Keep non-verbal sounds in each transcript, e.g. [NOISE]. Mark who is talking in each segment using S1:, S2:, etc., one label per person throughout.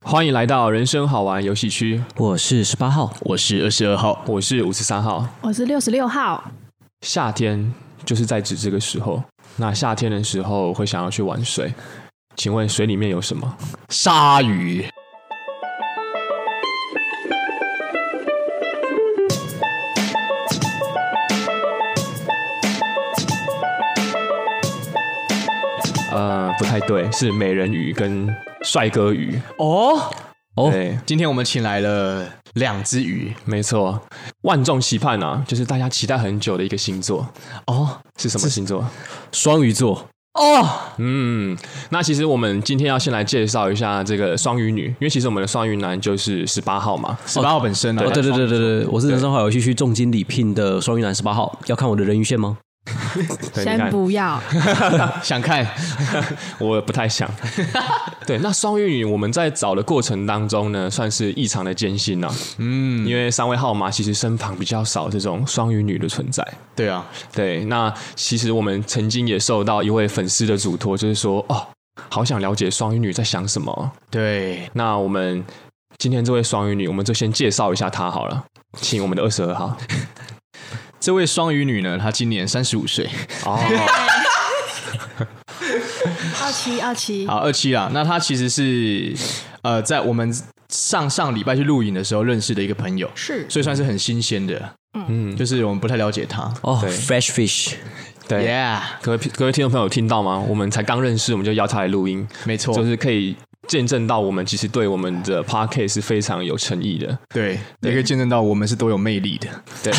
S1: 欢迎来到人生好玩游戏区，
S2: 我是十八号，
S3: 我是二十二号，
S1: 我是五十三号。
S4: 我是六十六号，
S1: 夏天就是在指这个时候，那夏天的时候会想要去玩水，请问水里面有什么？
S3: 鲨鱼。
S1: 呃，不太对，是美人鱼跟帅哥鱼。
S3: 哦
S2: 哦
S1: 对，
S3: 今天我们请来了两只鱼
S1: 没错，万众期盼啊，就是大家期待很久的一个星座，
S3: 哦
S1: 是什么星座？
S2: 双鱼座。
S3: 哦，
S1: 嗯，那其实我们今天要先来介绍一下这个双鱼女，因为其实我们的双鱼男就是十八号嘛。
S3: 十八号本身呢、啊
S2: 哦，对对对对对，我是人
S1: 对
S2: 生好游戏区重金礼聘的双鱼男十八号，要看我的人鱼线吗？
S1: 对你
S4: 先
S1: 看
S4: 不要，
S3: 想看
S1: 我不太想。对，那双鱼女我们在找的过程当中呢，算是异常的艰辛呐、嗯，因为三位号码其实身旁比较少这种双鱼女的存在。
S3: 对啊，
S1: 对，那其实我们曾经也受到一位粉丝的嘱托，就是说哦，好想了解双鱼女在想什么哦。
S3: 对
S1: 那我们今天这位双鱼女，我们就先介绍一下她好了。请我们的二十二号
S3: 这位双鱼女呢，她今年三十五岁，
S1: 哦，
S4: 二七二七，
S3: 好二七啦。那她其实是呃，在我们上上礼拜去录影的时候认识的一个朋友，
S4: 是
S3: 所以算是很新鲜的，
S1: 嗯，
S3: 就是我们不太了解她。
S2: 哦
S1: 对
S2: ，Fresh Fish，
S1: 对
S3: Yeah，
S1: 各位各位听众朋友有听到吗？我们才刚认识，我们就邀她来录音，
S3: 没错，
S1: 就是可以见证到我们其实对我们的 p a r k 是非常有诚意的。
S3: 对，也可以见证到我们是多有魅力的。
S1: 对，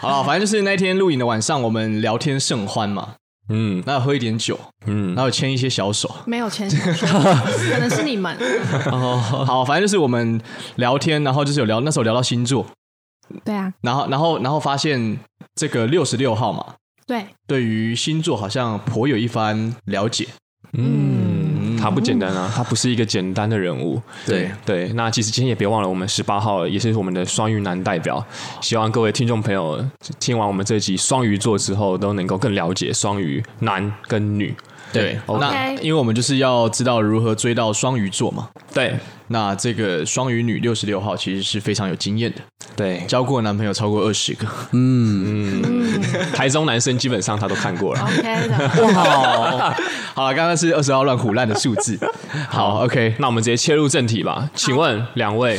S3: 好了，反正就是那天录影的晚上，我们聊天甚欢嘛，
S1: [LAUGHS] 嗯
S3: 那喝一点酒，
S1: 嗯
S3: 然，后牵一些小手。
S4: 没有钱，可能是你们，
S3: 好，反正就是我们聊天，然后就是有聊，那时候聊到星座，
S4: [LAUGHS] 对啊，
S3: 然后然后然后发现这个六十六号嘛，
S4: 对，
S3: 对于星座好像颇有一番了解。
S1: 嗯，他不简单啊，他不是一个简单的人物。
S2: 对，
S1: 对，那其实今天也别忘了，我们十八号也是我们的双鱼男代表。希望各位听众朋友听完我们这集双鱼座之后，都能够更了解双鱼男跟女。
S3: 对，
S1: OK
S3: 那因为我们就是要知道如何追到双鱼座嘛。
S1: 对
S3: 那这个双鱼女六十六号其实是非常有经验的，
S1: 对，
S3: 交过男朋友超过二十个。 [LAUGHS]
S1: 台中男生基本上他都看 [LAUGHS] 过了。
S4: ，OK 的，
S3: 好，好了，刚刚是二十号乱胡乱的数字。好，OK，
S1: 那我们直接切入正题吧，请问两位，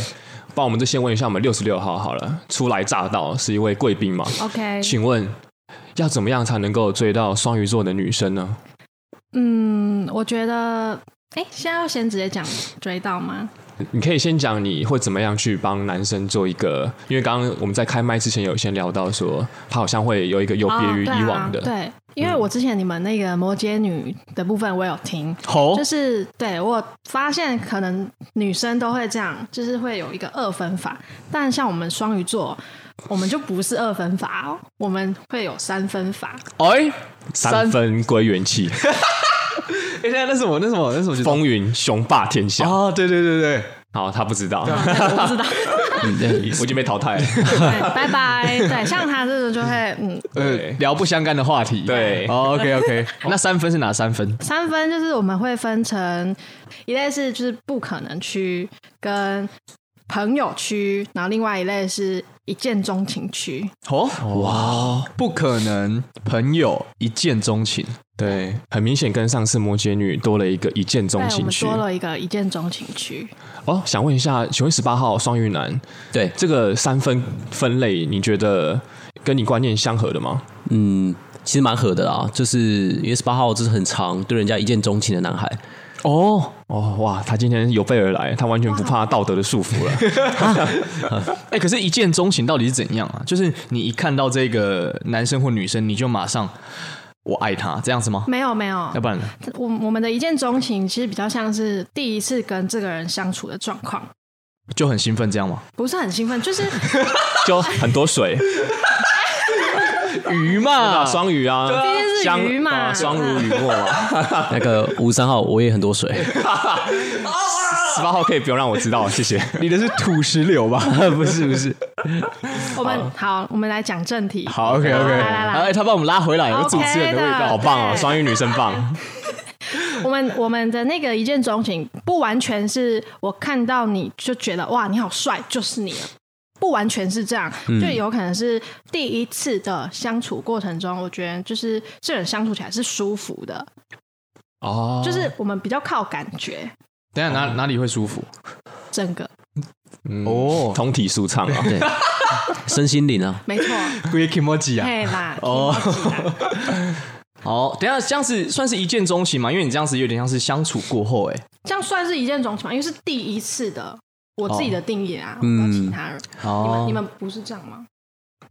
S1: 帮我们就先问一下我们六十六号好了，初来乍到是一位贵宾嘛？
S4: OK，
S1: 请问要怎么样才能够追到双鱼座的女生呢？
S4: 嗯，我觉得，哎，现在要先直接讲追到吗？
S1: 你可以先讲你会怎么样去帮男生做一个，因为刚刚我们在开麦之前有先聊到说，他好像会有一个有别于
S4: 哦
S1: 以往的，
S4: 对啊、对，因为我之前你们那个摩羯女的部分我有
S1: 嗯
S4: 听，
S1: 哦
S3: 好
S4: 就，是对我发现，可能女生都会这样，就是会有一个二分法。但像我们双鱼座，我们就不是二分法哦，我们会有三分法。
S3: 哎，
S1: 三分归元气，
S3: 哎，现在那什么那什么那什么就是
S1: 风云雄霸天下。
S3: 哦，对对对对，
S1: 好，他啊不知道，
S4: 我不知道，
S1: [LAUGHS] 我已经被淘汰了。
S4: 对拜拜。对，像他这种就会，嗯，
S3: 呃
S1: 对，
S3: 聊不相干的话题。
S1: 对
S3: 哦，OK
S1: [LAUGHS]
S3: OK，那三分是哪三分？
S4: 三分就是我们会分成一类是就是不可能区跟朋友区，然后另外一类是一见钟情区。
S3: 哦，哇，不可能，朋友一见钟情。
S1: 对，很明显跟上次摩羯女多了一个一见钟
S4: 对，我
S1: 情
S4: 们
S1: 区。
S4: 多了一个一见钟情区。
S1: 哦，想问一下，请问十八号双鱼男
S2: 对，
S1: 这个三分分类，你觉得跟你观念相合的吗？
S2: 嗯，其实蛮合的啦，就是因为十八号就是很长，对人家一见钟情的男孩
S3: 哦，
S1: 哦，哇，他今天有备而来，他完全不怕道德的束缚了。
S3: 哎，可是，一见钟情到底是怎样啊？就是你一看到这个男生或女生，你就马上我爱他，这样子吗？
S4: 没有没有
S3: 要，不然呢？
S4: 我我们的一见钟情其实比较像是第一次跟这个人相处的状况，
S3: 就很兴奋这样吗？
S4: 不是很兴奋，就是第
S1: 就很多水，
S3: 鱼嘛，
S1: 双鱼啊，[LAUGHS]
S4: 一
S1: 相
S4: 是鱼嘛，
S1: 啊双如
S4: 鱼。
S1: 鱼墨嘛。
S2: 那个呃五十三号，我也很多水，
S3: [LAUGHS]
S1: 十八号可以不用让我知道，谢谢。
S3: 你的是土石流
S2: [LAUGHS]
S3: 吧？不是不是，
S4: 我们好，我们来讲正题。
S3: 好 OK
S4: 好
S3: OK，
S4: 来来来
S3: 哎，他把我们拉回来，有
S4: OK
S3: 主持人的味
S4: 的
S3: 道，
S1: 好棒哦，
S4: 对
S1: 双鱼女生棒。
S4: [LAUGHS] 我们我们的那个一见钟情，不完全是我看到你就觉得哇你好帅，就是你了。不完全是这样，就有可能是第一次的相处过程中，我觉得就是这人相处起来是舒服的，
S1: 哦，
S4: 就是我们比较靠感觉，
S3: 等一下哪哪里会舒服？
S4: 整个
S3: 哦
S1: 嗯通体舒畅啊。
S2: 对，身心灵啊，
S4: 没错，
S3: 归 k i m o j i 啊，
S4: 对啦，
S3: 哦
S4: 哦，啊
S3: [LAUGHS] 好，等一下这样子算是一见钟情嘛？因为你这样子有点像是相处过后、欸，
S4: 这样算是一见钟情吗？因为是第一次的，我自己的定义啊，
S2: 嗯
S4: 我不知道其他人，
S3: 哎，
S4: 你
S3: 哦
S4: 们你们不是这样吗？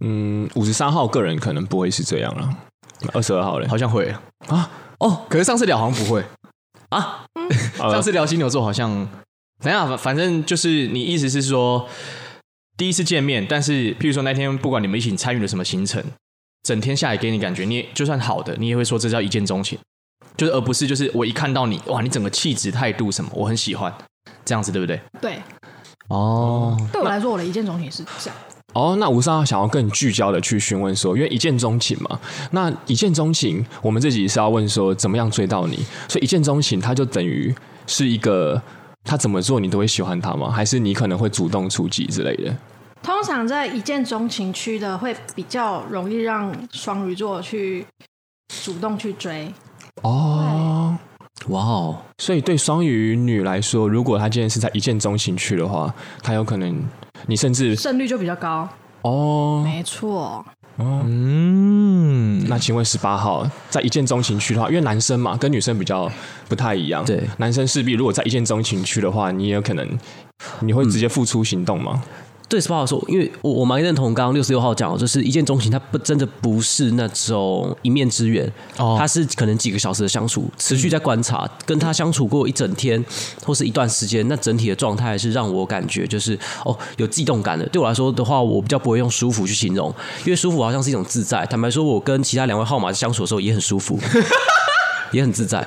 S1: 嗯，五十三号个人可能不会是这样了。二十二号嘞，
S3: 好像会
S1: 啊
S3: 哦，可是上次聊好像不会，
S2: 啊，
S1: 呃
S3: [LAUGHS] 上次聊金牛座好像，等一下反反正就是你意思是说第一次见面，但是譬如说那天不管你们一起参与了什么行程，整天下来给你感觉，你也就算好的，你也会说这叫一见钟情，就是而不是就是我一看到你，哇，你整个气质态度什么，我很喜欢，这样子对不对？
S4: 对，
S3: 哦，
S4: 对我来说，我的一见钟情是这样。
S1: 哦，那吴三号想要更聚焦的去询问说，因为一见钟情嘛，那一见钟情，我们这集是要问说怎么样追到你，所以一见钟情它就等于是一个他怎么做你都会喜欢他吗？还是你可能会主动出击之类的？
S4: 通常在一见钟情区的，会比较容易让双鱼座去主动去追。
S1: 哦，
S2: 哇哦，
S1: 所以对双鱼女来说，如果她今天是在一见钟情去的话，她有可能你甚至
S4: 胜率就比较高，
S1: 哦，
S4: 没错，
S3: 嗯，
S1: 那请问十八号在一见钟情区的话，因为男生嘛跟女生比较不太一样，
S2: 对
S1: 男生势必如果在一见钟情区的话，你也有可能你会直接付出行动吗？
S2: 对十八号说，因为我我蛮认同刚刚六十六号讲的，就是一见钟情，它不真的不是那种一面之缘，
S3: 哦
S2: 它是可能几个小时的相处，持续在观察，跟他相处过一整天或是一段时间，那整体的状态是让我感觉就是哦有悸动感的。对我来说的话，我比较不会用舒服去形容，因为舒服好像是一种自在。坦白说，我跟其他两位号码相处的时候也很舒服。也很自在，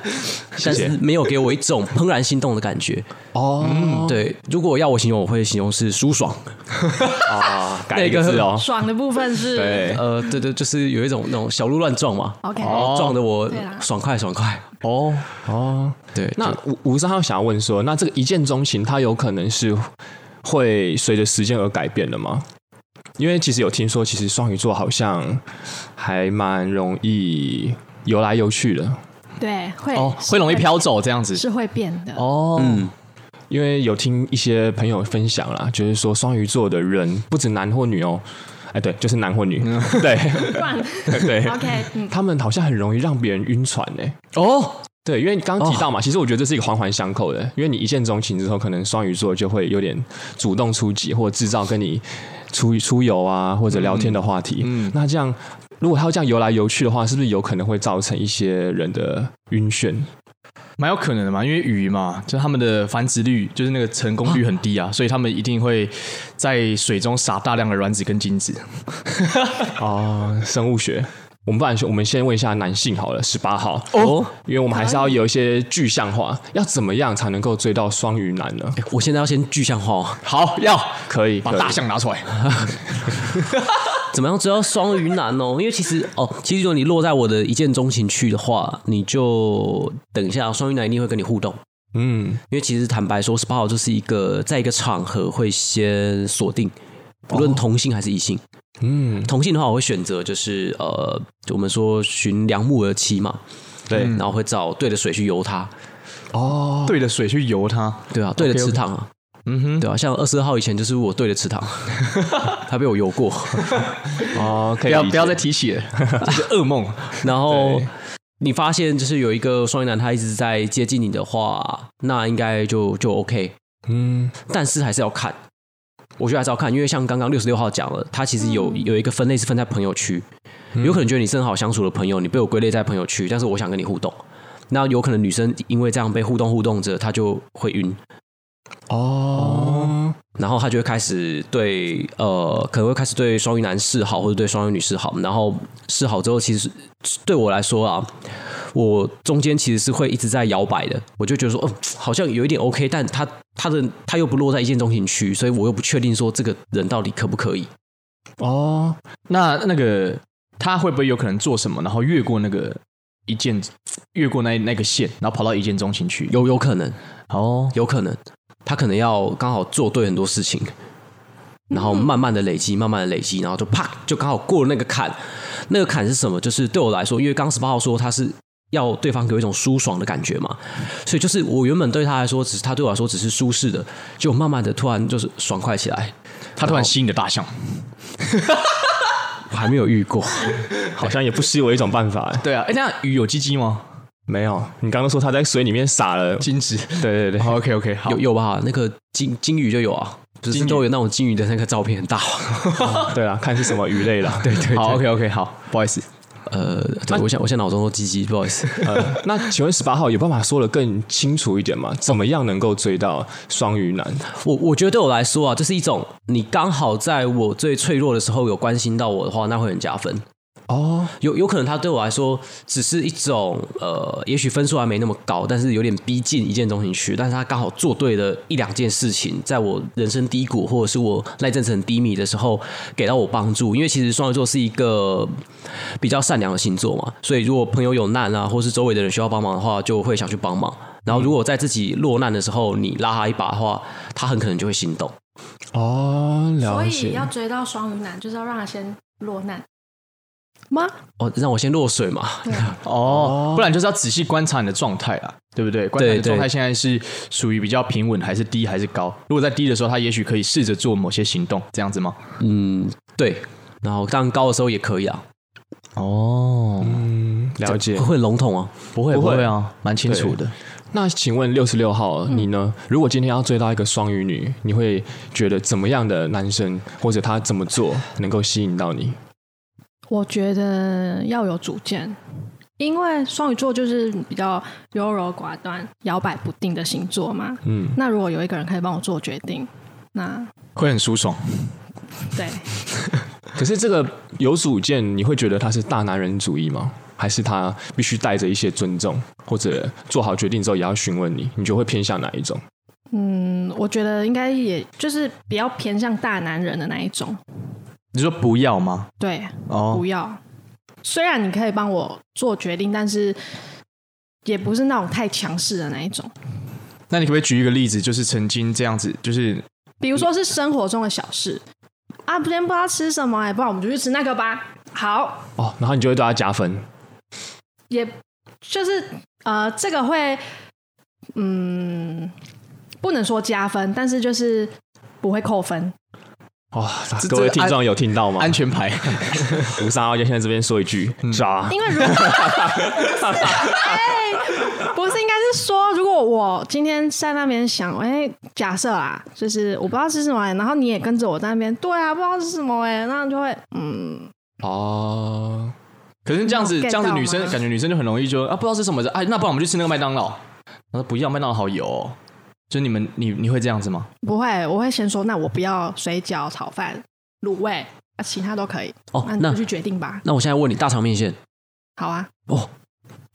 S2: 但是没有给我一种怦然心动的感觉。
S1: 哦、
S2: 对，如果要我形容，我会形容是舒爽。
S1: 啊，改一个
S2: 那个
S1: 字哦，
S4: 爽的部分是
S1: 对，
S2: 呃，对对，就是有一种那种小鹿乱撞嘛，
S4: OK，
S2: 撞得我
S4: 对啦
S2: 爽快爽快。
S3: 哦，
S1: 哦，
S2: 对，
S1: 那吴吴三号想要问说，那这个一见钟情，它有可能是会随着时间而改变的吗？因为其实有听说，其实双鱼座好像还蛮容易游来游去的，
S4: 对，会
S3: 哦，会容易飘，走这样子
S4: 是会变的。
S3: 哦，
S2: 嗯，
S1: 因为有听一些朋友分享啦，就是说双鱼座的人不止男或女哦，哎，对，就是男或女，对
S4: 不然
S1: 对，
S4: OK，嗯，
S1: 他们好像很容易让别人晕船呢、
S3: 哦，
S1: 对，因为你刚刚提到嘛，其实我觉得这是一个环环相扣的，因为你一见钟情之后，可能双鱼座就会有点主动出击，或制造跟你出出游啊，或者聊天的话题。嗯，那这样如果他要这样游来游去的话，是不是有可能会造成一些人的晕眩？
S3: 蛮有可能的嘛，因为鱼嘛，就是他们的繁殖率，就是那个成功率很低啊，所以他们一定会在水中撒大量的卵子跟精子。
S1: 哦，生物学。我们不然我们先问一下男性好了，十八号
S2: 哦，
S1: 因为我们还是要有一些具象化，要怎么样才能够追到双鱼男呢？
S2: 哎我现在要先具象化哦，
S3: 好，要
S1: 可以，
S3: 把
S1: 可以
S3: 大象拿出来。
S2: 怎么样知道双鱼男哦？因为其实哦，其实如果你落在我的一见钟情区的话，你就等一下，双鱼男一定会跟你互动。
S1: 嗯，
S2: 因为其实坦白说，十八号就是一个在一个场合会先锁定，无论同性还是异性。
S1: 嗯，
S2: 同性的话，我会选择就是呃，就我们说寻良木而栖嘛，
S1: 对，
S2: 然后会找对的水去游它。
S1: 哦，
S3: 对着水去游它。
S2: 对啊，对的
S3: OK，OK
S2: 池塘啊，
S3: 嗯哼，
S2: 对啊，像二十二号以前就是我对的池塘，他被我游过，
S1: 哦，可
S3: 不
S1: 以
S3: 要
S1: 理解
S3: 不要再提起了， [LAUGHS] 这是噩梦。
S2: 然后
S1: 对
S2: 你发现就是有一个双鱼男他一直在接近你的话，那应该就就 OK，
S1: 嗯，
S2: 但是还是要看，我觉得还是要看，因为像刚刚六十六号讲了，他其实有有一个分类是分在朋友区，
S1: 嗯
S2: 有可能觉得你是很好相处的朋友，你被我归类在朋友区，但是我想跟你互动。那有可能女生因为这样被互动互动着，她就会晕，
S1: 哦，
S2: 然后他就会开始对呃，可能会开始对双鱼男示好，或者对双鱼女示好。然后示好之后，其实对我来说啊，我中间其实是会一直在摇摆的。我就觉得说，哦，好像有一点 OK，但他他的他又不落在一见钟情区，所以我又不确定说这个人到底可不可以。
S1: 哦，
S3: 那那个他会不会有可能做什么，然后越过那个一见越过那那个线，然后跑到一见钟情去。
S2: 有有可能，
S3: 哦，
S2: 有可能，他可能要刚好做对很多事情，然后慢慢的累积，慢慢的累积，然后就啪，就刚好过了那个坎。那个坎是什么？就是对我来说，因为刚十八号说他是要对方给我一种舒爽的感觉嘛，所以就是我原本对他来说，只是他对我来说只是舒适的，就慢慢的突然就是爽快起来。
S3: 他突然吸引了大象。
S2: 我还没有遇过，
S1: 好像也不失为一种办法。哎
S3: 对啊，哎，那鱼有鸡鸡吗？
S1: 没有，你刚刚说他在水里面撒了，
S3: 金子。
S1: 对对 [LAUGHS] 对，
S3: OK OK，好
S2: 有有吧？那个金金鱼就有啊，不是都有那种金鱼的那个照片很大。 [LAUGHS]
S1: 对啊，看是什么鱼类了。 [LAUGHS] 对对
S3: 好 OK OK，好，不好意思，
S2: 呃，对我现我现在脑中都鸡鸡，不好意思。
S1: 呃那请问十八号有办法说的更清楚一点吗？怎么样能够追到双鱼男？
S2: 我我觉得对我来说啊，这是一种你刚好在我最脆弱的时候有关心到我的话，那会很加分。
S1: 哦，
S2: 有有可能他对我来说只是一种呃，也许分数还没那么高，但是有点逼近一见钟情区，但是他刚好做对了一两件事情，在我人生低谷或者是我那一阵子很低迷的时候，给到我帮助。因为其实双鱼座是一个比较善良的星座嘛，所以如果朋友有难啊，或是周围的人需要帮忙的话，就会想去帮忙。然后如果在自己落难的时候，你拉他一把的话，他很可能就会心动。
S1: 哦，
S4: 所
S1: 了
S4: 以
S1: 解
S4: 要。追到双鱼男，就是要让他先落难
S3: [LAUGHS]
S4: 吗？
S2: 哦，让我先落水嘛，
S3: 哦，不然就是要仔细观察你的状态啦，对不对？观察你的
S2: 对
S3: 状态现在是属于比较平稳，还是低，还是高？如果在低的时候，他也许可以试着做某些行动，这样子吗？
S2: 嗯，对。然后当然高的时候也可以啊，
S3: 哦，
S1: 嗯，了解
S2: 会。会笼统啊。
S3: 不会
S1: 不会
S3: 啊，蛮清楚的。
S1: 那请问六十六号你呢？如果今天要追到一个双鱼女，你会觉得怎么样的男生，或者他怎么做能够吸引到你？
S4: 我觉得要有主见，因为双鱼座就是比较优柔寡断、摇摆不定的星座嘛。
S1: 嗯，
S4: 那如果有一个人可以帮我做决定，那
S3: 会很舒爽。
S4: 对，
S1: 可是这个有主见，你会觉得他是大男人主义吗？还是他必须带着一些尊重，或者做好决定之后也要询问你，你就会偏向哪一种？
S4: 嗯，我觉得应该也就是比较偏向大男人的那一种，
S3: 你说不要吗？
S4: 对，
S3: 哦
S4: 不，要。虽然你可以帮我做决定，但是也不是那种太强势的那一种。
S3: 那你可不可以举一个例子，就是曾经这样子，就是
S4: 比如说是生活中的小事啊，今天不知道吃什么、哎，不然我们就去吃那个吧。好，
S1: 哦，然后你就会对他加分。
S4: 也就是呃，这个会嗯，不能说加分，但是就是不会扣分。
S1: 哇、
S3: 这
S1: 啊各位听
S2: 啊
S1: 众有听到吗？
S3: 安全牌，
S1: [LAUGHS]
S3: 嗯
S1: 五三二就现在这边说一句渣，
S4: 因为如果不是哎不是应该是说，如果我今天在那边想，哎、假设啊，就是我不知道是什么、哎然后你也跟着我在那边，对啊，不知道是什么、哎，那就会嗯，
S1: 哦，
S3: 可是这样子
S4: 你有
S3: 这
S4: get
S3: 样子
S4: 到
S3: 女生
S4: 吗
S3: 感觉女生就很容易就啊不知道是什么的，哎、那不然我们去吃那个麦当劳。然后不要麦当劳好油、哦，就你们你你会这样子吗？
S4: 不会，我会先说，那我不要水饺、炒饭、卤味，啊，其他都可以，
S2: 哦
S4: 那，你
S2: 那
S4: 就去决定吧。
S2: 那我现在问你，大肠面线，
S4: 好啊，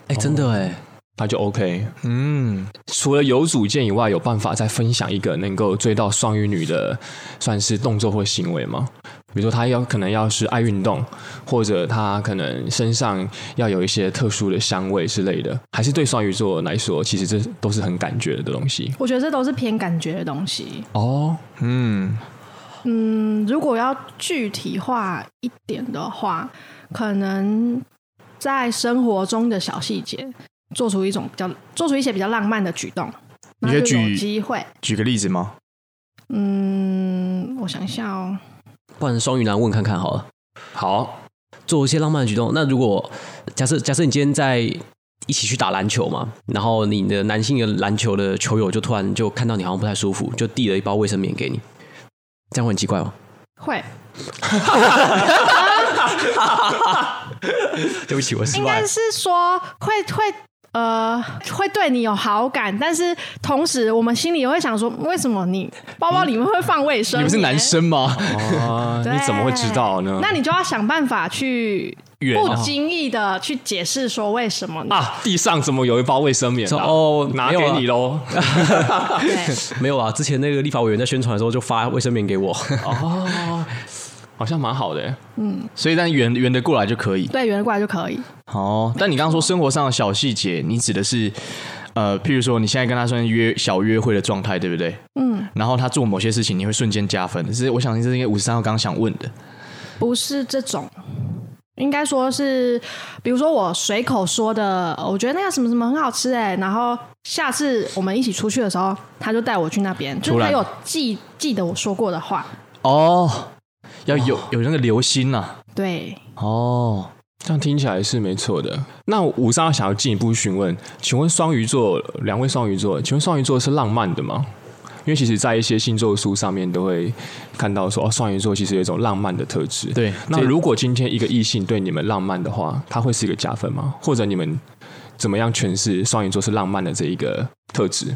S2: 哎、真
S1: 哦
S2: 的哎、
S1: 那就 OK。
S3: 嗯，
S1: 除了有主见以外，有办法再分享一个能够追到双鱼女的，算是动作或行为吗？比如说，她要可能要是爱运动，或者她可能身上要有一些特殊的香味之类的，还是对双鱼座来说，其实这都是很感觉的东西
S4: 我觉得这都是偏感觉的东西。
S1: 哦。
S3: 嗯，
S4: 嗯，如果要具体化一点的话，可能在生活中的小细节，做出一种比较，做出一些比较浪漫的举动，然
S3: 你可
S4: 后
S3: 以
S4: 就
S3: 举
S4: 有机会。
S3: 举个例子吗？
S4: 嗯，我想一下哦，
S2: 不然双鱼男问看看好了，
S1: 好，
S2: 做一些浪漫的举动。那如果假设假设你今天在一起去打篮球嘛，然后你的男性的篮球的球友就突然就看到你好像不太舒服，就递了一包卫生棉给你，这样会很奇怪吗？
S4: 会
S2: 对不起，我失
S4: 应该。是说会会。呃，会对你有好感，但是同时我们心里也会想说，为什么你包包里面会放卫生
S3: 你
S4: 棉？
S3: 不是男生吗？
S1: 啊，
S4: 对
S1: 你怎么会知道呢？
S3: 嗯
S4: 那你就要想办法去
S1: 远
S4: 不
S1: 哦
S4: 经意的去解释说为什么你
S1: 啊，地上怎么有一包卫生棉
S2: 说
S1: 啊？
S2: 哦
S1: 拿
S2: 没有
S1: 给
S2: 啊
S1: 你喽。
S4: 对，
S1: [LAUGHS]
S2: 没有啊，之前那个立法委员在宣传的时候就发卫生棉给我，
S1: 哦，好像蛮好的、
S3: 所以但圆圆得过来就可以。
S4: 对，圆得过来就可以。
S3: 哦，但你刚刚说生活上的小细节，你指的是呃，譬如说你现在跟他算约小约会的状态，对不对？
S4: 嗯，
S3: 然后他做某些事情，你会瞬间加分。这是我想这是应该五十三号刚刚想问的。
S4: 不是这种，应该说是，比如说我随口说的，呃我觉得那个什么什么很好吃哎、然后下次我们一起出去的时候，他就带我去那边，就
S3: 突
S4: 是
S3: 然
S4: 他有记记得我说过的话，
S3: 哦，要有、有那个啊留心呐、
S4: 对，
S3: 哦，
S1: 这样听起来是没错的。那五三想要进一步询问，请问双鱼座两位双鱼座，请问双鱼座是浪漫的吗？因为其实，在一些星座书上面都会看到说，哦，双鱼座其实有一种浪漫的特质。
S3: 对
S1: 那
S3: 这
S1: 如果今天一个异性对你们浪漫的话，他会是一个加分吗？或者你们怎么样诠释双鱼座是浪漫的这一个特质？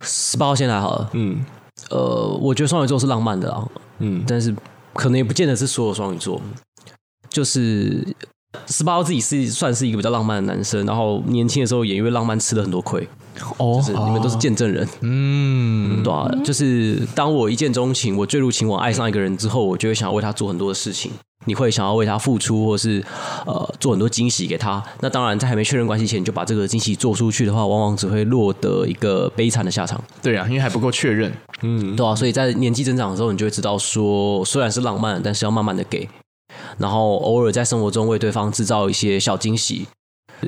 S2: 十八号先来好了。
S1: 嗯
S2: 呃，我觉得双鱼座是浪漫的啊，
S1: 嗯，
S2: 但是可能也不见得是所有双鱼座，就是。十八号自己是算是一个比较浪漫的男生，然后年轻的时候也因为浪漫吃了很多亏，
S3: 哦
S2: 就是你们都是见证人，
S3: 嗯，
S2: 对啊，就是当我一见钟情，我坠入情网，爱上一个人之后，我就会想要为他做很多的事情，你会想要为他付出，或是呃做很多惊喜给他。那当然，在还没确认关系前，你就把这个惊喜做出去的话，往往只会落得一个悲惨的下场，
S3: 对啊，因为还不够确认。
S1: 嗯
S2: 对啊，所以在年纪增长的时候，你就会知道说，虽然是浪漫，但是要慢慢的给，然后偶尔在生活中为对方制造一些小惊喜。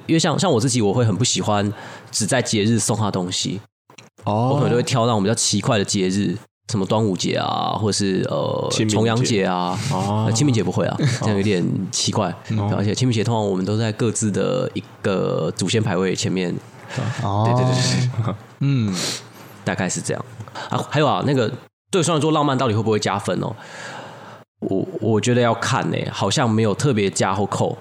S2: 因为像像我自己，我会很不喜欢只在节日送他东西，
S1: 哦
S2: 我可能就会挑那种比较奇怪的节日，什么端午节啊，或是呃
S1: 清明节
S2: 重阳节啊。
S1: 哦
S2: 呃清明节不会啊，这样有点奇怪。啊而且清明节通常我们都在各自的一个祖先牌位前面，
S3: 哦
S2: 对对对
S3: 对，嗯，
S2: 大概是这样啊。还有啊，那个对双鱼座浪漫到底会不会加分哦？我我觉得要看呢、好像没有特别加或扣。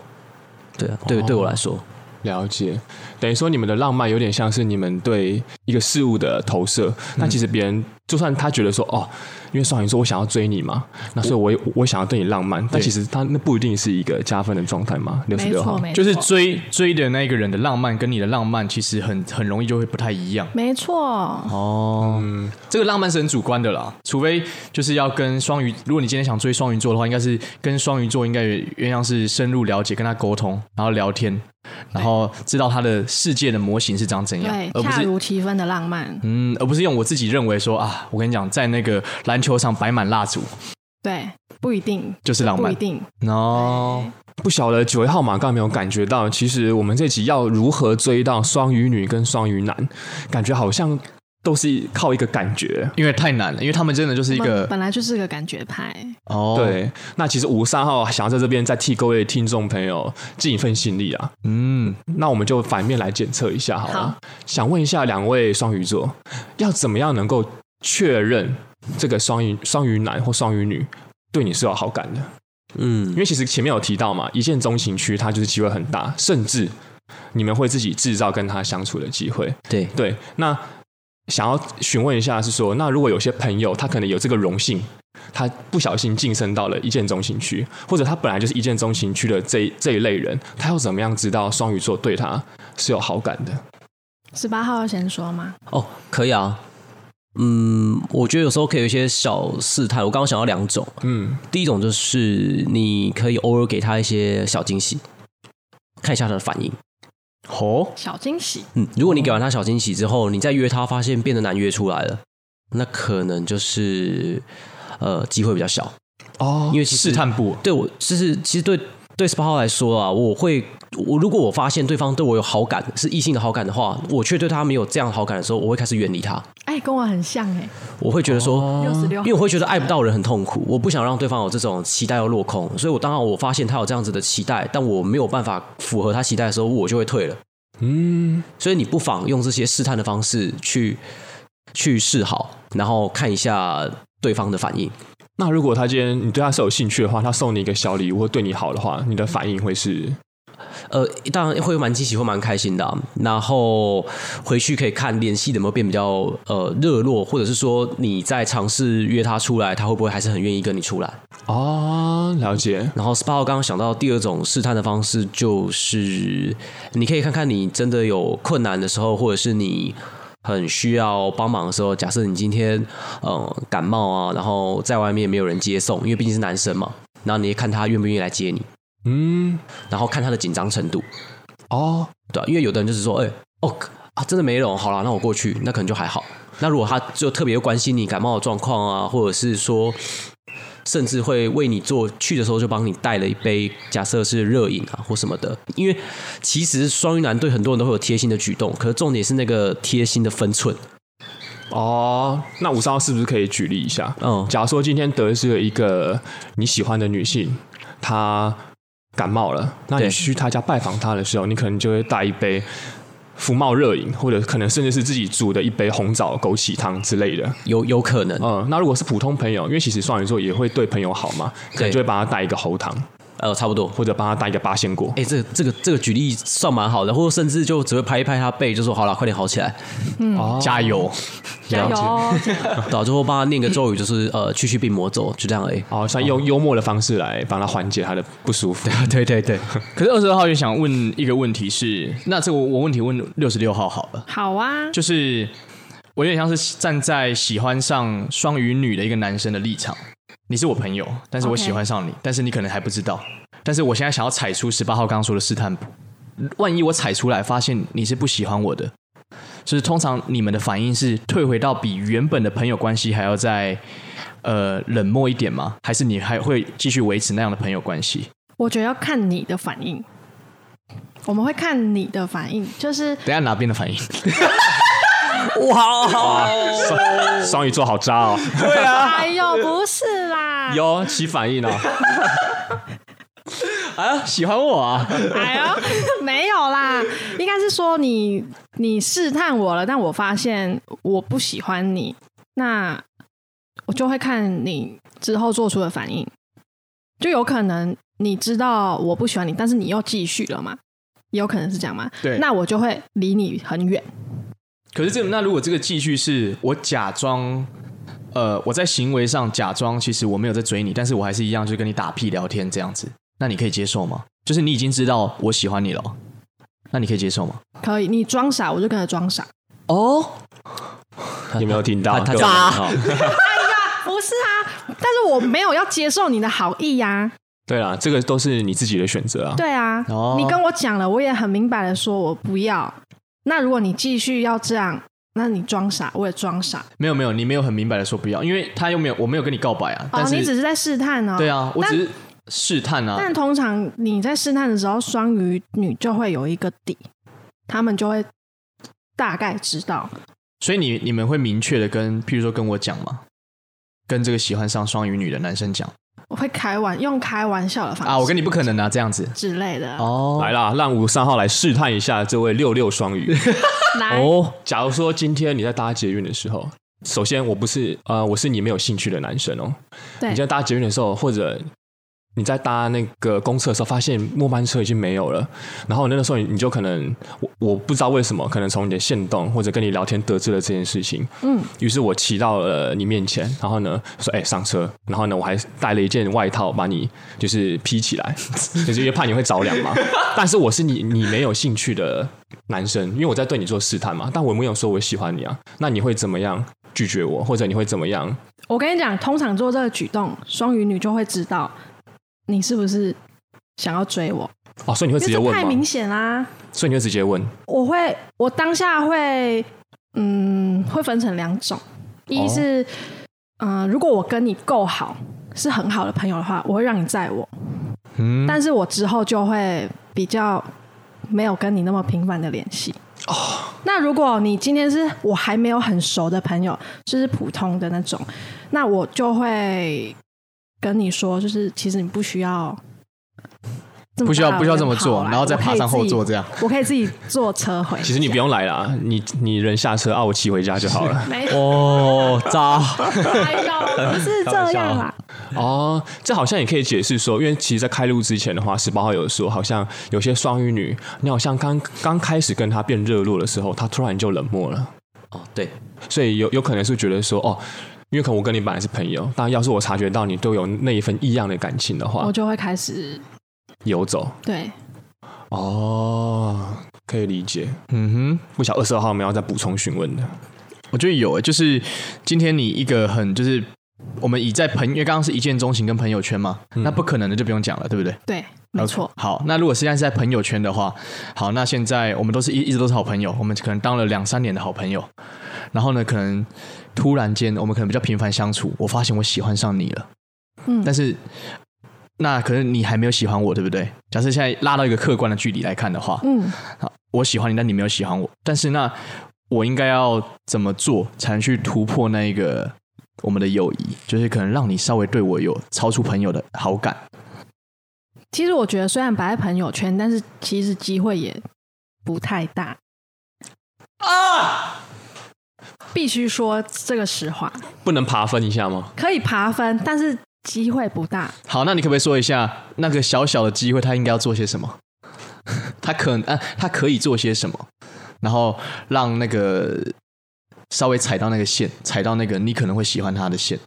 S2: 对啊，对，对我来说，
S1: 了解，等于说你们的浪漫有点像是你们对一个事物的投射。那其实别人就算他觉得说哦，因为双鱼座我想要追你嘛，那所以我也我想要对你浪漫，但其实他那不一定是一个加分的状态嘛。六十
S4: 没
S1: 六
S4: 错，
S1: 号，
S4: 没错，
S3: 就是追追的那一个人的浪漫跟你的浪漫，其实很很容易就会不太一样。
S4: 没错，
S3: 哦，这个浪漫是很主观的啦，除非就是要跟双鱼，如果你今天想追双鱼座的话，应该是跟双鱼座应该也原样是深入了解，跟他沟通，然后聊天，然后知道他的世界的模型是长怎样
S4: 对，，
S3: 而不
S4: 恰
S3: 是。
S4: 如其分的浪漫，
S3: 嗯，而不是用我自己认为说啊，我跟你讲，在那个篮球场摆满蜡烛
S4: 对，不一定，
S3: 就是浪
S4: 不
S3: 漫
S4: 一。定，
S3: 哦，
S1: 不晓得九位号码刚才没有感觉到，其实我们这集要如何追到双鱼女跟双鱼男，感觉好像都是靠一个感觉。
S3: 因为太难了，因为他们真的就是一
S4: 我们
S3: 个
S4: 本来就是个感觉派，
S3: 哦，
S1: 对，那其实五三号想要在这边再替各位听众朋友尽一份心力啊，
S3: 嗯，
S1: 那我们就反面来检测一下好
S3: 啊
S1: 了。
S4: 好
S1: 想问一下两位双鱼座，要怎么样能够确认这个双鱼双鱼男或双鱼女对你是有好感的？
S2: 嗯
S1: 因，为其实前面有提到嘛，一见钟情区它就是机会很大，甚至你们会自己制造跟他相处的机会。
S2: 对，
S1: 对，那想要询问一下是说，那如果有些朋友他可能有这个荣幸，他不小心晋升到了一见钟情区，或者他本来就是一见钟情区的这一这一类人，他要怎么样知道双鱼座对他是有好感的？
S4: 十八号要先说吗？
S2: 哦，可以啊。嗯，我觉得有时候可以有一些小试探。我刚刚想到两种，
S1: 嗯，
S2: 第一种就是你可以偶尔给他一些小惊喜，看一下他的反应。
S3: 哦，
S4: 小惊喜，
S2: 嗯，如果你给完他小惊喜之后，你再约他，发现变得难约出来了，那可能就是呃机会比较小，
S1: 哦
S2: 因为其实
S3: 试探部
S2: 对我就是其实对对 SPA 号来说啊，我会我如果我发现对方对我有好感，是异性的好感的话，我却对他没有这样好感的时候，我会开始远离他，
S4: 哎，跟我很像哎，
S2: 我会觉得说。
S4: 六十六，
S2: 嗯因为我会觉得爱不到人很痛苦，我不想让对方有这种期待要落空，所以我当然我发现他有这样子的期待，但我没有办法符合他期待的时候，我就会退了。
S1: 嗯，
S2: 所以你不妨用这些试探的方式去去示好，然后看一下对方的反应。
S1: 那如果他今天你对他是有兴趣的话，他送你一个小礼物或对你好的话，你的反应会是
S2: 呃，当然会蛮惊喜，会蛮开心的啊、然后回去可以看联系有没有变比较呃热络，或者是说你在尝试约他出来，他会不会还是很愿意跟你出来？
S1: 哦，了解，
S2: 然后 SPA 号刚刚想到第二种试探的方式，就是你可以看看你真的有困难的时候，或者是你很需要帮忙的时候，假设你今天嗯感冒啊，然后在外面没有人接送，因为毕竟是男生嘛，然后你也看他愿不愿意来接你，
S1: 嗯，
S2: 然后看他的紧张程度，
S1: 哦，
S2: 对、啊，因为有的人就是说，哎、哦啊，真的没人，好啦，那我过去，那可能就还好。那如果他就特别关心你感冒的状况啊，或者是说，甚至会为你做去的时候就帮你带了一杯，假设是热饮啊或什么的。因为其实双鱼男对很多人都会有贴心的举动，可是重点是那个贴心的分寸。
S1: 哦，那五三幺是不是可以举例一下？
S2: 嗯
S1: 假如说今天得知了一个你喜欢的女性，她感冒了，那你
S2: 对
S1: 去她家拜访她的时候，你可能就会带一杯福茂热饮，或者可能甚至是自己煮的一杯红枣枸杞汤之类的。
S2: 有有可能，
S1: 嗯，那如果是普通朋友，因为其实双鱼座也会对朋友好嘛，可能
S2: 对
S1: 就会帮他带一个喉糖，
S2: 呃，差不多。
S1: 或者帮他带一个八仙果。
S2: 哎、这个这个这个举例算蛮好的，或者甚至就只会拍一拍他背，就说好了，快点好起来。
S1: 哦，加油！
S4: 加油哦！
S2: 对啊，就会帮他念个咒语，就是呃，去去病魔咒，就这样而已。
S1: 哦，像用幽默的方式来帮他缓解他的不舒服。
S2: 对对对，
S3: 可是二十二号也想问一个问题是，那这个我我问题问六十六号好了，
S4: 好啊，
S3: 就是我有点像是站在喜欢上双鱼女的一个男生的立场，你是我朋友，但是我
S4: OK
S3: 喜欢上你但是你可能还不知道，但是我现在想要踩出十八号刚刚说的试探步，万一我踩出来发现你是不喜欢我的，就是通常你们的反应是退回到比原本的朋友关系还要再呃冷漠一点吗？还是你还会继续维持那样的朋友关系？
S4: 我觉得要看你的反应，我们会看你的反应，就是
S3: 等一下哪边的反应？
S2: 哇，
S1: 双双鱼座好渣 [LAUGHS] 哦，
S2: 啊
S4: 哎呦，不是
S2: [LAUGHS]
S4: 啦，
S1: 有起反应哦。
S3: 啊，喜欢我啊！
S4: 哎呦，没有啦，应该是说你你试探我了，但我发现我不喜欢你，那我就会看你之后做出的反应，就有可能你知道我不喜欢你，但是你又继续了嘛，也有可能是这样嘛，
S3: 对
S4: 那我就会离你很远，
S3: 可是这个那如果这个继续是我假装，呃，我在行为上假装其实我没有在追你，但是我还是一样就是跟你打屁聊天这样子，那你可以接受吗？就是你已经知道我喜欢你了，那你可以接受吗？
S4: 可以，你装傻我就跟着装傻，
S2: 哦，
S1: 有没有听到？
S2: 他他
S1: 各位
S2: 讲得很好
S4: 不是啊，但是我没有要接受你的好意呀、
S1: 对啦，这个都是你自己的选择啊。
S4: [LAUGHS] 对啊，
S3: 哦
S4: 你跟我讲了，我也很明白的说我不要。那如果你继续要这样，那你装傻，我也装傻。哦
S3: 没有没有，你没有很明白的说不要，因为他又没有我没有跟你告白啊，
S4: 哦
S3: 但，是、
S4: 你只是在试探哦。
S3: 对啊，我
S4: 但
S3: 只是试探啊，
S4: 但通常你在试探的时候，双鱼女就会有一个底，他们就会大概知道。
S3: 所以你你们会明确的跟，譬如说跟我讲吗？跟这个喜欢上双鱼女的男生讲
S4: 我会开玩用开玩笑的方式
S3: 啊，我跟你不可能啊，这样子
S4: 之类的。
S3: 哦
S1: 来啦，让五三号来试探一下这位六六双鱼。[LAUGHS]
S4: 来，
S1: 哦，假如说今天你在搭捷运的时候，首先我不是呃，我是你没有兴趣的男生哦。
S4: 对
S1: 你在搭捷运的时候，或者你在搭那个公车的时候，发现末班车已经没有了，然后那个时候你你就可能我我不知道为什么，可能从你的线动或者跟你聊天得知了这件事情，
S4: 嗯，
S1: 于是我骑到了你面前，然后呢说哎、上车，然后呢我还带了一件外套把你就是披起来， [LAUGHS] 就是因为怕你会着凉嘛。 [LAUGHS] 但是我是你你没有兴趣的男生，因为我在对你做试探嘛，但我没有说我喜欢你啊，那你会怎么样拒绝我，或者你会怎么样？
S4: 我跟你讲，通常做这个举动，双鱼女就会知道你是不是想要追我，
S1: 哦，所以你会直
S4: 因
S1: 接
S4: 为这
S1: 问
S4: 太
S1: 吗
S4: 明？显啦、
S1: 所以你会直接问，
S4: 我会，我当下会，嗯，会分成两种，一是，嗯、如果我跟你够好，是很好的朋友的话，我会让你载我，
S3: 嗯，
S4: 但是我之后就会比较没有跟你那么频繁的联系。哦，那如果你今天是我还没有很熟的朋友，就是普通的那种，那我就会跟你说，就是其实你不需要这么大的人跑来。啊
S3: 不需要不需要这么做，然后再
S4: 我可以
S3: 爬上后
S4: 自己
S3: 座这样。
S4: 我可以自己坐车回家。。
S1: 其实你不用来啦，你你人下车啊，我骑回家就好了
S4: 没
S2: 哦，渣，
S4: 哎呦，不是这样啦，
S1: [LAUGHS] 哦，这好像也可以解释说，因为其实，在开录之前的话，十八号有说，好像有些双鱼女，你好像刚刚开始跟她变热络的时候，她突然就冷漠了，
S2: 哦，对，
S1: 所以有有可能是觉得说，哦，因为可能我跟你本来是朋友，但要是我察觉到你对我有那一份异样的感情的话
S4: 我，就会开始
S1: 游走
S4: 对
S1: 哦。可以理解。
S3: 嗯哼。
S1: 不晓二十二号我们要再补充询问的，
S3: 我觉得有、欸，就是今天你一个很就是我们以在朋因为刚刚是一见钟情跟朋友圈嘛，那不可能的就不用讲了，对不对？
S4: 对，没错，
S3: 好，那如果现在是在朋友圈的话，好，那现在我们都是一一直都是好朋友，我们可能当了两三年的好朋友，然后呢，可能突然间我们可能比较频繁相处，我发现我喜欢上你了，
S4: 嗯
S3: 但是那可能你还没有喜欢我，对不对？假设现在拉到一个客观的距离来看的话，
S4: 嗯，
S3: 我喜欢你，但你没有喜欢我。但是那我应该要怎么做才能去突破那一个我们的友谊？就是可能让你稍微对我有超出朋友的好感。
S4: 其实我觉得虽然摆在朋友圈，但是其实机会也不太大啊。必须说这个实话，
S1: 不能爬分一下吗？
S4: 可以爬分，但是机会不大。
S3: 好，那你可不可以说一下那个小小的机会，他应该要做些什么？他可啊，他可以做些什么？然后让那个稍微踩到那个线，踩到那个你可能会喜欢他的线。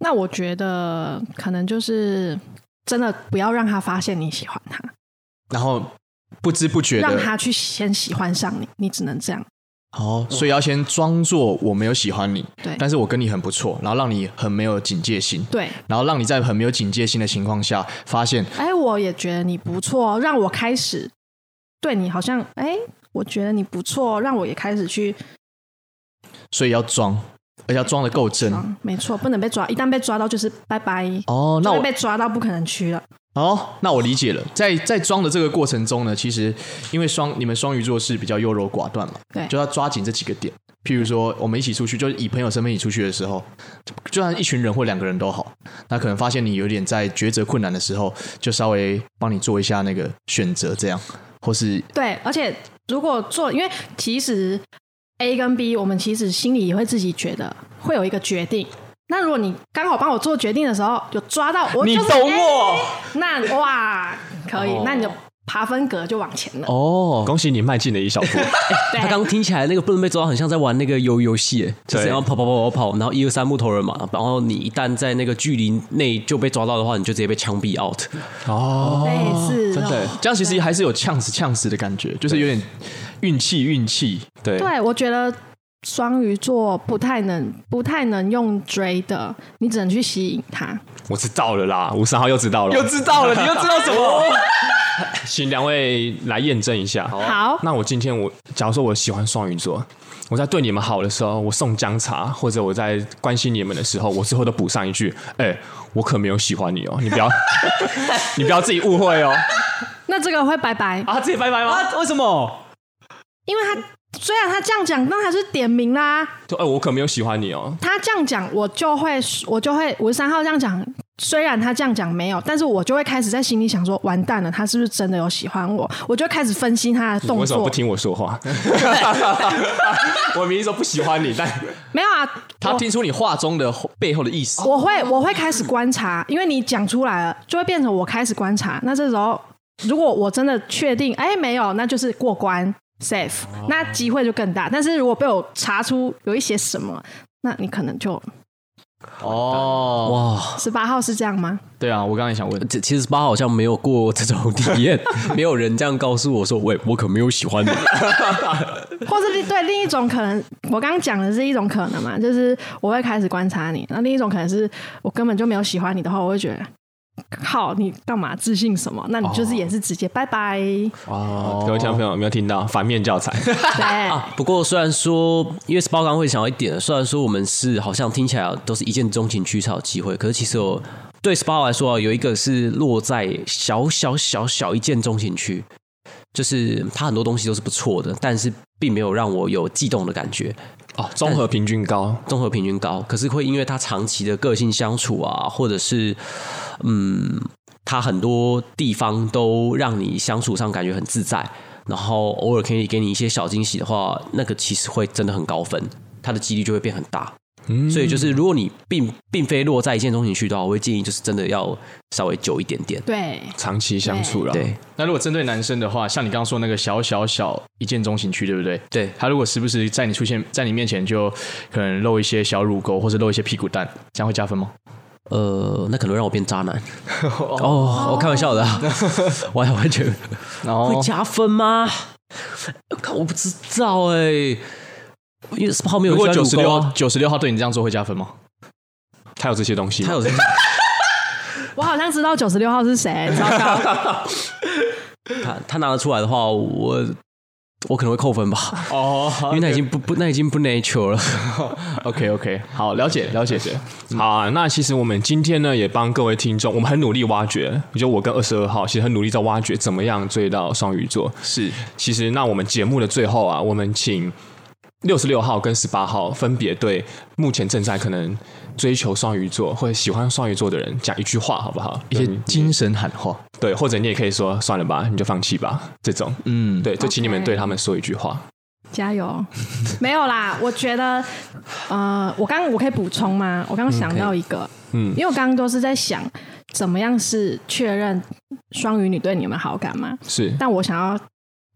S4: 那我觉得可能就是真的不要让他发现你喜欢他，
S3: 然后不知不觉
S4: 让
S3: 的，
S4: 他去先喜欢上你，你只能这样。
S3: 哦，所以要先装作我没有喜欢你，
S4: 对
S3: 但是我跟你很不错，然后让你很没有警戒心，
S4: 对，
S3: 然后让你在很没有警戒心的情况下，发现
S4: 哎，我也觉得你不错哦，让我开始对你好像，哎，我觉得你不错哦，让我也开始去
S3: 所以要装，而且要装的够真。
S4: 装。没错，不能被抓，一旦被抓到就是拜拜。
S3: 哦，
S4: 就
S3: 那
S4: 会
S3: 我
S4: 被抓到不可能去了。
S3: 哦，那我理解了。在在装的这个过程中呢，其实因为双你们双鱼座是比较优柔寡断嘛，
S4: 对
S3: 就要抓紧这几个点。譬如说，我们一起出去，就是以朋友身份一起出去的时候，就算一群人或两个人都好，那可能发现你有点在抉择困难的时候，就稍微帮你做一下那个选择，这样，或是
S4: 对，而且如果做，因为其实 A 跟 B，我们其实心里也会自己觉得会有一个决定。那如果你刚好帮我做决定的时候有抓到我、就是，
S3: 我哦
S4: 哎那哇可以，那你就爬分格就往前了。
S2: 哦。
S1: 恭喜你迈进了一小 [LAUGHS] 步。
S4: 对
S2: 他刚听起来那个不能被抓，很像在玩那个游游戏，哎就是
S1: 对
S2: 要跑跑跑跑跑，然后一二三木头人嘛，然后你一旦在那个距离内就被抓到的话，你就直接被枪毙 out。
S1: 哦，
S4: 类似
S1: 真的
S4: 哦
S3: 这样其实还是有呛死呛死的感觉，就是有点运气运气。
S1: 对，
S4: 对，我觉得双鱼座不太能不太能用追的，你只能去吸引他。
S1: 我知道了啦，五十号又知道了，
S3: 知道了，你又知道什么？
S1: 请两位来验证一下。好
S4: 好
S1: 那我今天我假如说我喜欢双鱼座，我在对你们好的时候，我送姜茶，或者我在关心你们的时候，我之后都补上一句：“哎、我可没有喜欢你哦，你不要，你不要自己误会哦。
S4: 那这个会拜拜”，
S1: 啊，自己拜拜吗？
S2: 啊？为什么？
S4: 因为他虽然他这样讲，但还是点名啦。
S1: 就哎、我可没有喜欢你哦。
S4: 他这样讲，我就会，我就会，五十三号这样讲。虽然他这样讲没有，但是我就会开始在心里想说，完蛋了，他是不是真的有喜欢我？我就会开始分析他的
S1: 你
S4: 动
S1: 为什么
S4: 作
S1: 不。听我说话？ [LAUGHS] 我明明说不喜欢你，但
S4: 没有啊，
S3: 他
S4: 我
S3: 听出你话中的后背后的意
S2: 哦
S3: 思。
S4: 我会我会开始观察，因为你讲出来了，就会变成我开始观察。那这时候，如果我真的确定，哎，没有，那就是过关 safe，那机会就更大。但是如果被我查出有一些什么，那你可能就
S3: 哦，
S2: 哇，
S4: 十八号是这样吗？
S3: 对啊，我刚刚也想问，
S2: 这其实八好像没有过这种体验，没有人这样告诉我说，喂，我可没有喜欢你。
S4: 或是另对另一种可能，我刚刚讲的是一种可能嘛，就是我会开始观察你；那另一种可能是我根本就没有喜欢你的话，我会觉得。靠，你干嘛自信什么？那你就是也是直接拜拜。
S1: 哦，各位听众朋友有没有听到反面教材？
S4: 对，
S2: 啊 [LAUGHS] 不过虽然说，因为包刚会想到一点，虽然说我们是好像听起来都是一见钟情去才有机会，可是其实我对 SPA 来说啊，有一个是落在小小小小一见钟情区，就是它很多东西都是不错的，但是并没有让我有悸动的感觉。
S1: 哦，综合平均高，
S2: 综合平均高，可是会因为他长期的个性相处啊，或者是嗯，他很多地方都让你相处上感觉很自在，然后偶尔可以给你一些小惊喜的话，那个其实会真的很高分，它的几率就会变很大。
S1: 嗯
S2: 所以就是，如果你并并非落在一见钟情区的话，我会建议就是真的要稍微久一点点。
S4: 对，
S1: 长期相处了，
S2: 对
S3: 那如果针对男生的话，像你刚刚说那个小小小一见钟情区，对不对？
S2: 对，
S3: 他如果时不时在你出现在你面前就可能露一些小乳沟或者露一些屁股蛋，这样会加分吗？
S2: 呃，那可能会让我变渣男。哦，我开玩笑的、啊，我还完全
S3: 然
S1: 哦
S3: 后
S2: 会加分吗？看我不知道哎、因为泡面
S3: 如
S2: 有
S3: 果
S2: 加乳
S3: 九十
S2: 沟
S3: 六
S2: 啊，
S3: 九十六号对你这样做会加分吗？
S1: 他有这些东西吗，
S2: 他 [LAUGHS] 有这个
S4: 我好像知道九十六号是 [LAUGHS] 谁，糟糕，
S2: 他他拿得出来的话，我我可能会扣分吧，
S3: [LAUGHS] 哦，
S2: 因为那已经不不那已经不 nature 了。
S3: OK OK，好，了解了解。
S1: 好啊，那其实我们今天呢，也帮各位听众，我们很努力挖掘，我觉得我跟二十二号其实很努力在挖掘怎么样追到双鱼座。
S3: 是
S1: 其实，那我们节目的最后啊，我们请六十六号跟十八号分别对目前正在可能追求双鱼座或者喜欢双鱼座的人讲一句话，好不好？
S3: 一些
S1: 嗯
S3: 精神喊话。
S1: 对，或者你也可以说算了吧，你就放弃吧，这种。
S3: 嗯，
S1: 对，就请你们
S4: OK
S1: 对他们说一句话。
S4: 加油！没有啦，我觉得，呃，我刚我可以补充吗？我刚刚想到一个，
S1: 嗯
S4: 因为我刚刚都是在想怎么样是确认双鱼女对你有没有好感嘛，
S1: 是
S4: 但我想要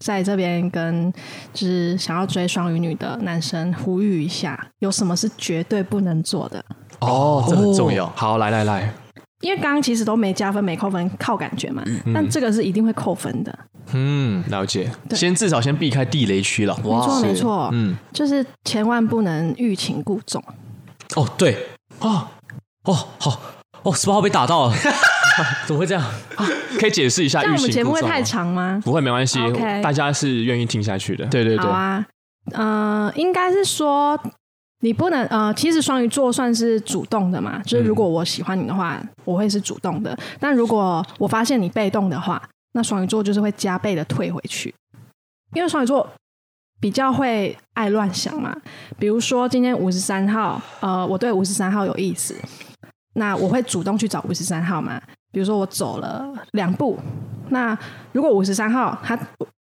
S4: 在这边跟就是想要追双鱼女的男生呼吁一下，有什么是绝对不能做的？
S1: 哦，
S3: 这很重要
S1: 好，来来来，
S4: 因为刚刚其实都没加分、没扣分，靠感觉嘛。但这个是一定会扣分的，
S3: 嗯，
S1: 了解。
S4: 对
S3: 先至少先避开地雷区了。
S4: 没错
S1: 是
S4: 没错，
S3: 嗯，
S4: 就是千万不能欲擒故纵。
S2: 哦，对，
S1: 哦，
S2: 哦好，哦十八号被
S1: [LAUGHS]
S2: 打到了，怎么会这样？
S1: 可以解释一下
S4: 这
S1: 欲
S4: 样我们
S1: 擒
S4: 节目
S1: 故
S4: 会
S1: 纵啊
S4: 太
S1: 吗？
S4: 长吗？
S1: 不会，没关系
S4: OK
S1: 大家是愿意听下去的。
S3: 对对对
S4: 好，啊，呃，应该是说你不能呃，其实双鱼座算是主动的嘛，
S1: 嗯
S4: 就是如果我喜欢你的话，我会是主动的；但如果我发现你被动的话，那双鱼座就是会加倍的退回去，因为双鱼座。比较会爱乱想嘛，比如说今天五十三号，呃，我对五十三号有意思，那我会主动去找五十三号嘛。比如说我走了两步，那如果五十三号他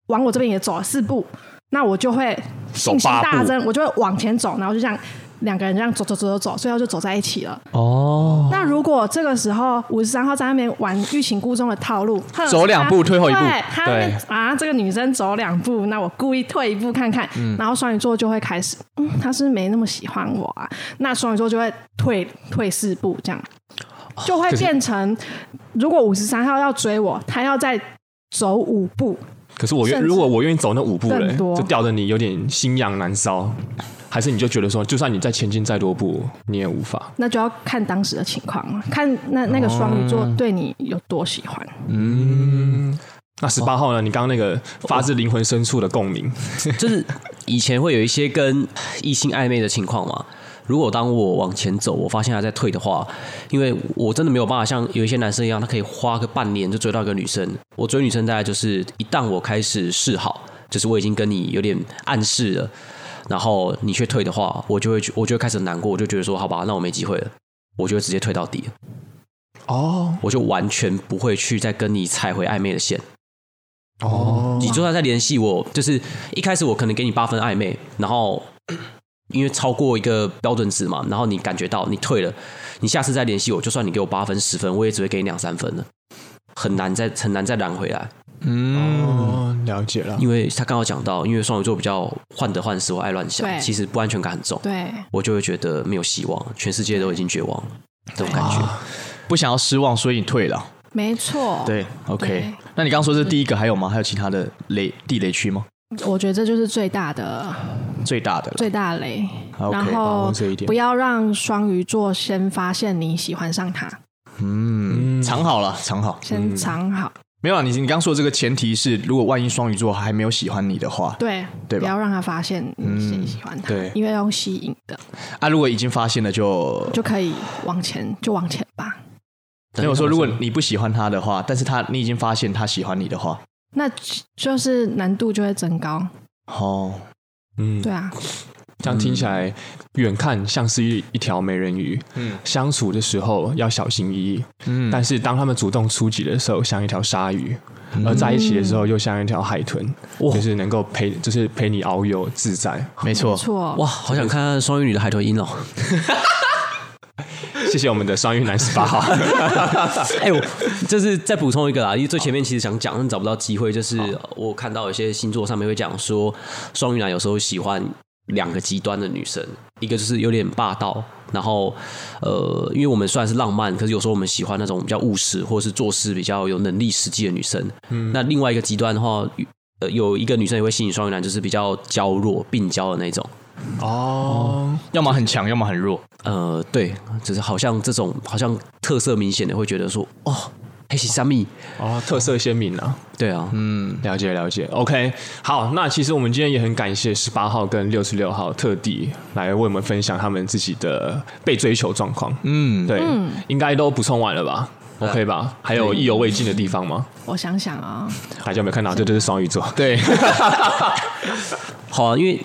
S4: 往我这边也走了四步，那我就会信心大增，我就会往前走，然后就这样两个人这样走走走走走，最后就走在一起了。
S3: 哦，
S4: 那如果这个时候五十三号在那边玩欲擒故纵的套路，哼
S3: 走两步
S4: 他
S3: 退后一步
S4: 对他那边
S3: 对
S4: 啊，这个女生走两步，那我故意退一步看看，然后双鱼座就会开始，嗯，他是不是没那么喜欢我啊，那双鱼座就会退退四步，这样就会
S1: 可是
S4: 变成，如果五十三号要追我，他要再走五步，
S1: 可是我愿，
S4: 甚至
S1: 如果我愿意走那五步嘞，
S4: 更多
S1: 就吊得你有点心痒难烧，还是你就觉得说，就算你再前进再多步，你也无法。
S4: 那就要看当时的情况了，看那那个双鱼座对你有多喜欢。
S3: 嗯
S1: 那十八号呢？你刚刚那个发自灵魂深处的共鸣，
S2: 就是以前会有一些跟异性暧昧的情况嘛。如果当我往前走，我发现他在退的话，因为我真的没有办法像有一些男生一样，他可以花个半年就追到一个女生。我追女生大概就是一旦我开始示好，就是我已经跟你有点暗示了，然后你却退的话，我就会觉我就会开始难过，我就觉得说好吧，那我没机会了，我就会直接退到底了，
S1: 哦
S2: 我就完全不会去再跟你踩回暧昧的线。
S1: 哦
S2: 你就算再联系我，就是一开始我可能给你八分暧昧，然后因为超过一个标准值嘛，然后你感觉到你退了，你下次再联系我，就算你给我八分十分，我也只会给你两三分的，很难再很难再拦回来，
S3: 嗯，
S1: 哦，了解了。
S2: 因为他刚好讲到，因为双鱼座比较患得患失或爱乱想，
S4: 对
S2: 其实不安全感很重，
S4: 对，
S2: 我就会觉得没有希望，全世界都已经绝望了，这种感觉。
S3: 不想要失望，所以你退了。
S4: 没错，
S3: 对，OK
S4: 对。
S3: 那你刚刚说这第一个还有吗？还有其他的雷地雷区吗？
S4: 我觉得这就是最大的
S3: 最大的了。
S4: 最大的雷。
S3: OK，
S4: 然
S1: 把
S4: 后
S1: 握这一点
S4: 不要让双鱼座先发现你喜欢上他，
S3: 嗯，藏好了，藏好。
S4: 先藏好，
S3: 没有啊，你你刚刚说的这个前提是，如果万一双鱼座还没有喜欢你的话，
S4: 对
S3: 对吧
S4: 不要让他发现你是喜欢他，
S1: 对
S4: 因为要用吸引的
S3: 啊，如果已经发现了就，
S4: 就可以往前，就往前吧。
S3: 没有说，如果你不喜欢他的话，但是他你已经发现他喜欢你的话，
S4: 那就是难度就会增高，
S3: 哦，
S1: 嗯，
S4: 对啊，
S1: 这样听起来，远看像是一一条美人鱼，
S3: 嗯
S1: 相处的时候要小心翼翼，
S3: 嗯
S1: 但是当他们主动出击的时候，像一条鲨鱼；而在一起的时候，又像一条海豚，
S2: 哇
S1: 就是能够陪，就是陪你遨游自在。
S3: 没错
S4: 没，错，
S2: 哇，好想看双鱼女的海豚音哦！
S1: 谢谢我们的双鱼男十八号。
S2: [LAUGHS] 哎、我就是再补充一个啦，因为最前面其实想讲，但找不到机会。就是我看到有些星座上面会讲说，双鱼男有时候喜欢两个极端的女生，一个就是有点霸道，然后呃，因为我们虽然是浪漫，可是有时候我们喜欢那种比较务实或者是做事比较有能力实际的女生。那另外一个极端的话，呃，有一个女生也会吸引双鱼男，就是比较娇弱、病娇的那种。
S1: [LAUGHS] 哦，
S3: 要么很强，要么很弱。
S2: 呃，对，就是好像这种好像特色明显的会觉得说，哦，黑喜三密，
S1: 哦，特色鲜明啊。
S2: 对啊，嗯，
S1: 了解了解，OK，好，那其实我们今天也很感谢十八号跟六十六号特地来为我们分享他们自己的被追求状况。嗯，对，应该都补充完了吧？OK 吧？还有意犹未尽的地方吗？
S4: 我想想啊，
S1: 大家有没有看到？这就是双鱼座。 [LAUGHS]
S3: 对，
S2: [LAUGHS] 好啊，因为。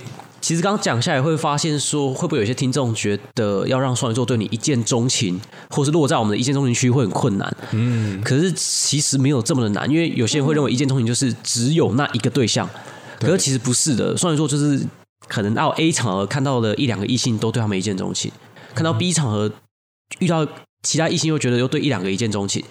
S2: 其实刚刚讲下来，会发现说，会不会有些听众觉得要让双鱼座对你一见钟情，或是落在我们的一见钟情区会很困难？嗯，可是其实没有这么的难，因为有些人会认为一见钟情就是只有那一个对象，可是其实不是的。双鱼座就是可能到 A 场合看到了一两个异性都对他们一见钟情，看到 B 场合遇到其他异性又觉得又对一两个一见钟情，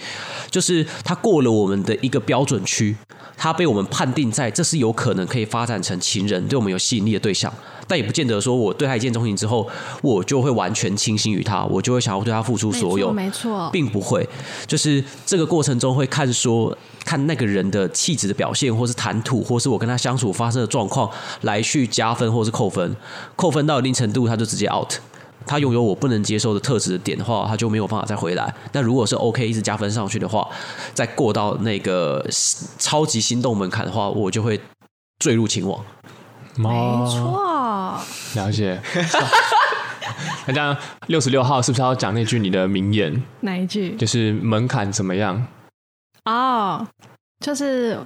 S2: 就是他过了我们的一个标准区，他被我们判定在这是有可能可以发展成情人，对我们有吸引力的对象，但也不见得说我对他一见钟情之后，我就会完全倾心于他，我就会想要对他付出所有，
S4: 没错，没错
S2: 并不会，就是这个过程中会看说看那个人的气质的表现，或是谈吐，或是我跟他相处发生的状况，来去加分或是扣分。扣分到一定程度，他就直接 out。他拥有我不能接受的特质的点的话，他就没有办法再回来。那如果是 OK 一直加分上去的话，再过到那个超级心动门槛的话，我就会坠入情网。
S4: 没
S1: 哦，
S4: 错。
S1: 了解。 [LAUGHS] 那这样六十六号是不是要讲那句你的名言？
S4: 哪一句？
S1: 就是门槛怎么样？
S4: 哦，就是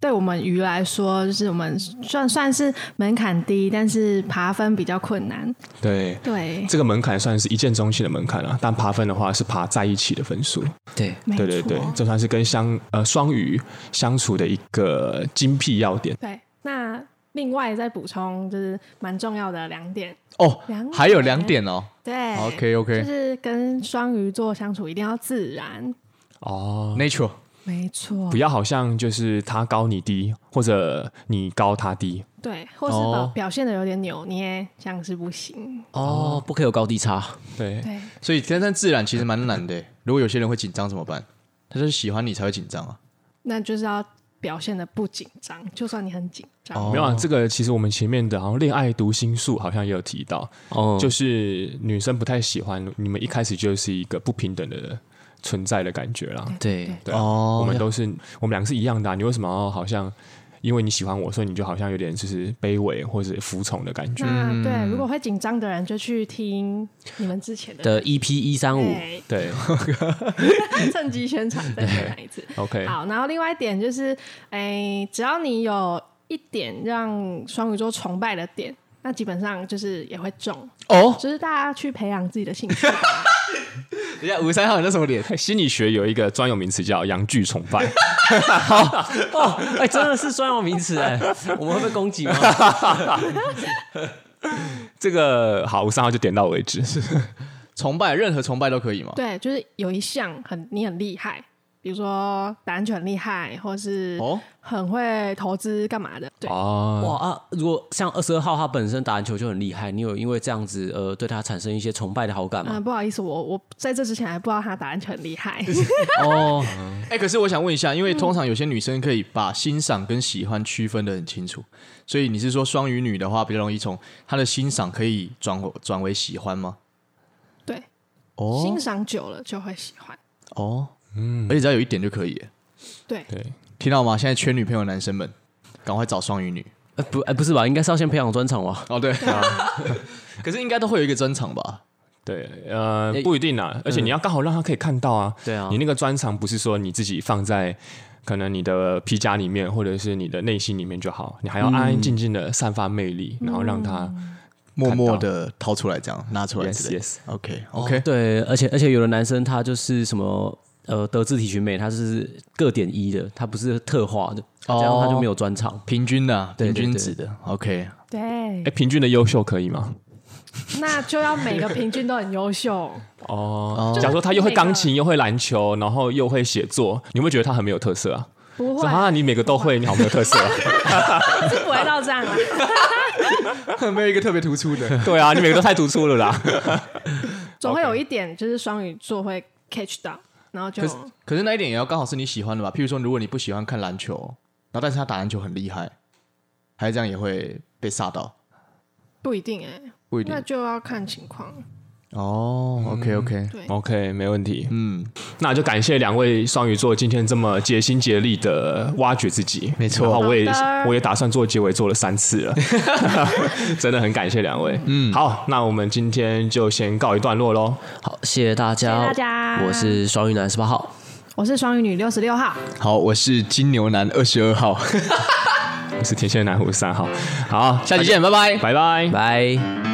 S4: 对我们鱼来说，就是我们算算是门槛低，但是爬分比较困难。
S1: 对。
S4: 对，
S1: 这个门槛算是一见钟情的门槛了、但爬分的话是爬在一起的分数。
S2: 对，
S4: 没
S1: 对对对
S4: 错，
S1: 这算是跟相呃双鱼相处的一个精辟要点。
S4: 对。那另外再补充，就是蛮重要的两点。
S3: 哦
S4: 两点，
S3: 还有两点哦。
S4: 对
S3: OK
S4: 就
S3: OK，
S4: 是跟双鱼座相处一定要自然。
S1: 哦，
S3: Nature
S4: 没错
S1: 不，要好像就是他高你低，或者你高他低。
S4: 对，或是
S3: 哦
S4: 表表现的有点扭捏，这样是不行。
S2: 哦，不可以有高低差。
S1: 对，
S4: 对，
S3: 所以天生自然其实蛮难的。如果有些人会紧张怎么办？他就是喜欢你才会紧张啊。
S4: 那就是要表现的不紧张，就算你很紧张，
S3: 哦
S1: 没有、啊、这个，其实我们前面的好像恋爱读心术好像也有提到，
S2: 哦，
S1: 就是女生不太喜欢你们一开始就是一个不平等的存在的感觉啦。
S2: 对，
S1: 对啊、
S3: 哦
S1: 我们都是我们两个是一样的、啊，你为什么要好像因为你喜欢我，所以你就好像有点就是卑微或者服从的感觉？
S4: 那
S3: 嗯
S4: 对，如果会紧张的人就去听你们之前的，
S2: 的 EP 一三五，
S3: 哦
S4: 对，
S1: 对
S4: 趁机宣传再宣传一
S3: [LAUGHS]
S4: 次。
S1: ，OK，
S4: 好，然后另外一点就是，哎，只要你有一点让双鱼座崇拜的点，那基本上就是也会中，
S3: 哦，
S4: 就是大家去培养自己的兴趣吧。
S3: 等一下五三号你那什么脸？
S1: [LAUGHS] 心理学有一个专有名词叫“阳具崇拜 [LAUGHS]
S2: 哦， [LAUGHS] 哎、真的是专有名词哎， [LAUGHS] 我们会被攻击吗？”，
S1: 这个好，我三号就点到为
S3: [LAUGHS]
S1: 止。
S3: 崇拜，任何崇拜都可以嘛？
S4: 对，就是有一项很你很厉害，比如说打篮球很厉害，或是
S3: 哦
S4: 很会投资干嘛的，对，
S1: 哦，
S4: 嗯
S2: 哇啊！如果像二十二号他本身打篮球就很厉害，你有因为这样子呃对他产生一些崇拜的好感
S4: 嗯、
S2: 吗？
S4: 不好意思，我我在这之前还不知道他打篮球很厉害，
S2: 哦，
S3: 哎、可是我想问一下，因为通常有些女生可以把欣赏跟喜欢区分的很清楚，所以你是说双鱼女的话比较容易从她的欣赏可以转转为喜欢吗？
S4: 对，欣
S3: 哦
S4: 赏久了就会喜欢，
S3: 哦，嗯，而且只要有一点就可以耶，
S4: 对，
S1: 对，
S3: 听到吗？现在缺女朋友的男生们，赶快找双鱼女。
S2: 呃不，哎、不是吧？应该是要先培养专场吧？
S3: 哦，对， [LAUGHS] 可是应该都会有一个专场吧？
S1: 对，呃
S2: 诶，
S1: 不一定啊，而且
S3: 嗯
S1: 你要刚好让他可以看到啊。
S2: 对啊
S1: 你那个专长不是说你自己放在可能你的皮夹里面，或者是你的内心里面就好，你还要安
S3: 嗯
S1: 安静静的散发魅力，然后让他
S3: 默默的掏出来，这样拿出来之类
S1: yes
S3: 的。
S1: yes。
S3: OK
S2: [LAUGHS]
S3: OK，、
S2: 对，而且而且有的男生他就是什么呃德智体群美，他是各点一的，他不是特化的，这样
S4: 哦
S2: 他就没有专场。
S3: 平均的啊，
S2: 对
S3: 平
S2: 对
S3: 均
S2: 对
S3: 值的。OK，
S4: 对
S1: 哎，，平均的优秀可以吗？
S4: 那就要每个平均都很优秀，
S1: 哦，假如说他又会钢琴，又会篮球，然后又会写作，你会不会觉得他很没有特色啊？
S4: 不
S1: 说
S4: 会，
S1: 啊，你每个都会，你好没有特色、啊。
S4: 是不会到这 [LAUGHS] 样啊。
S3: [LAUGHS] 没有一个特别突出的。
S1: [LAUGHS] 对啊，你每个都太突出了啦。
S4: 总会有一点就是双鱼座会 catch 到，然后就
S3: 可是 [LAUGHS] 可是那一点也要刚好是你喜欢的吧？譬如说，如果你不喜欢看篮球，然后但是他打篮球很厉害，还是这样也会被吓到，
S4: 不一定哎、
S3: 不一
S4: 那
S3: 定。
S4: 就要看情况。
S3: 哦，OK OK，
S4: 对，
S1: OK，没问题。
S3: 嗯，
S1: 那就感谢两位双鱼座今天这么竭心竭力的挖掘自己，
S3: 没错
S1: 然后我也
S4: 好的
S1: 我也打算做结尾，做了三次
S3: [LAUGHS]
S1: 了，真的很感谢两位。嗯，好，那我们今天就先告一段落喽。
S2: 好，谢谢大家，
S4: 谢谢大家
S2: 我是双鱼男十八号，
S4: 我是双鱼女六十六号，
S3: 好，我是金牛男二十二号，
S1: 我是天蝎男五三号，好，
S3: 下期见，拜拜。
S1: 拜拜。
S2: 拜。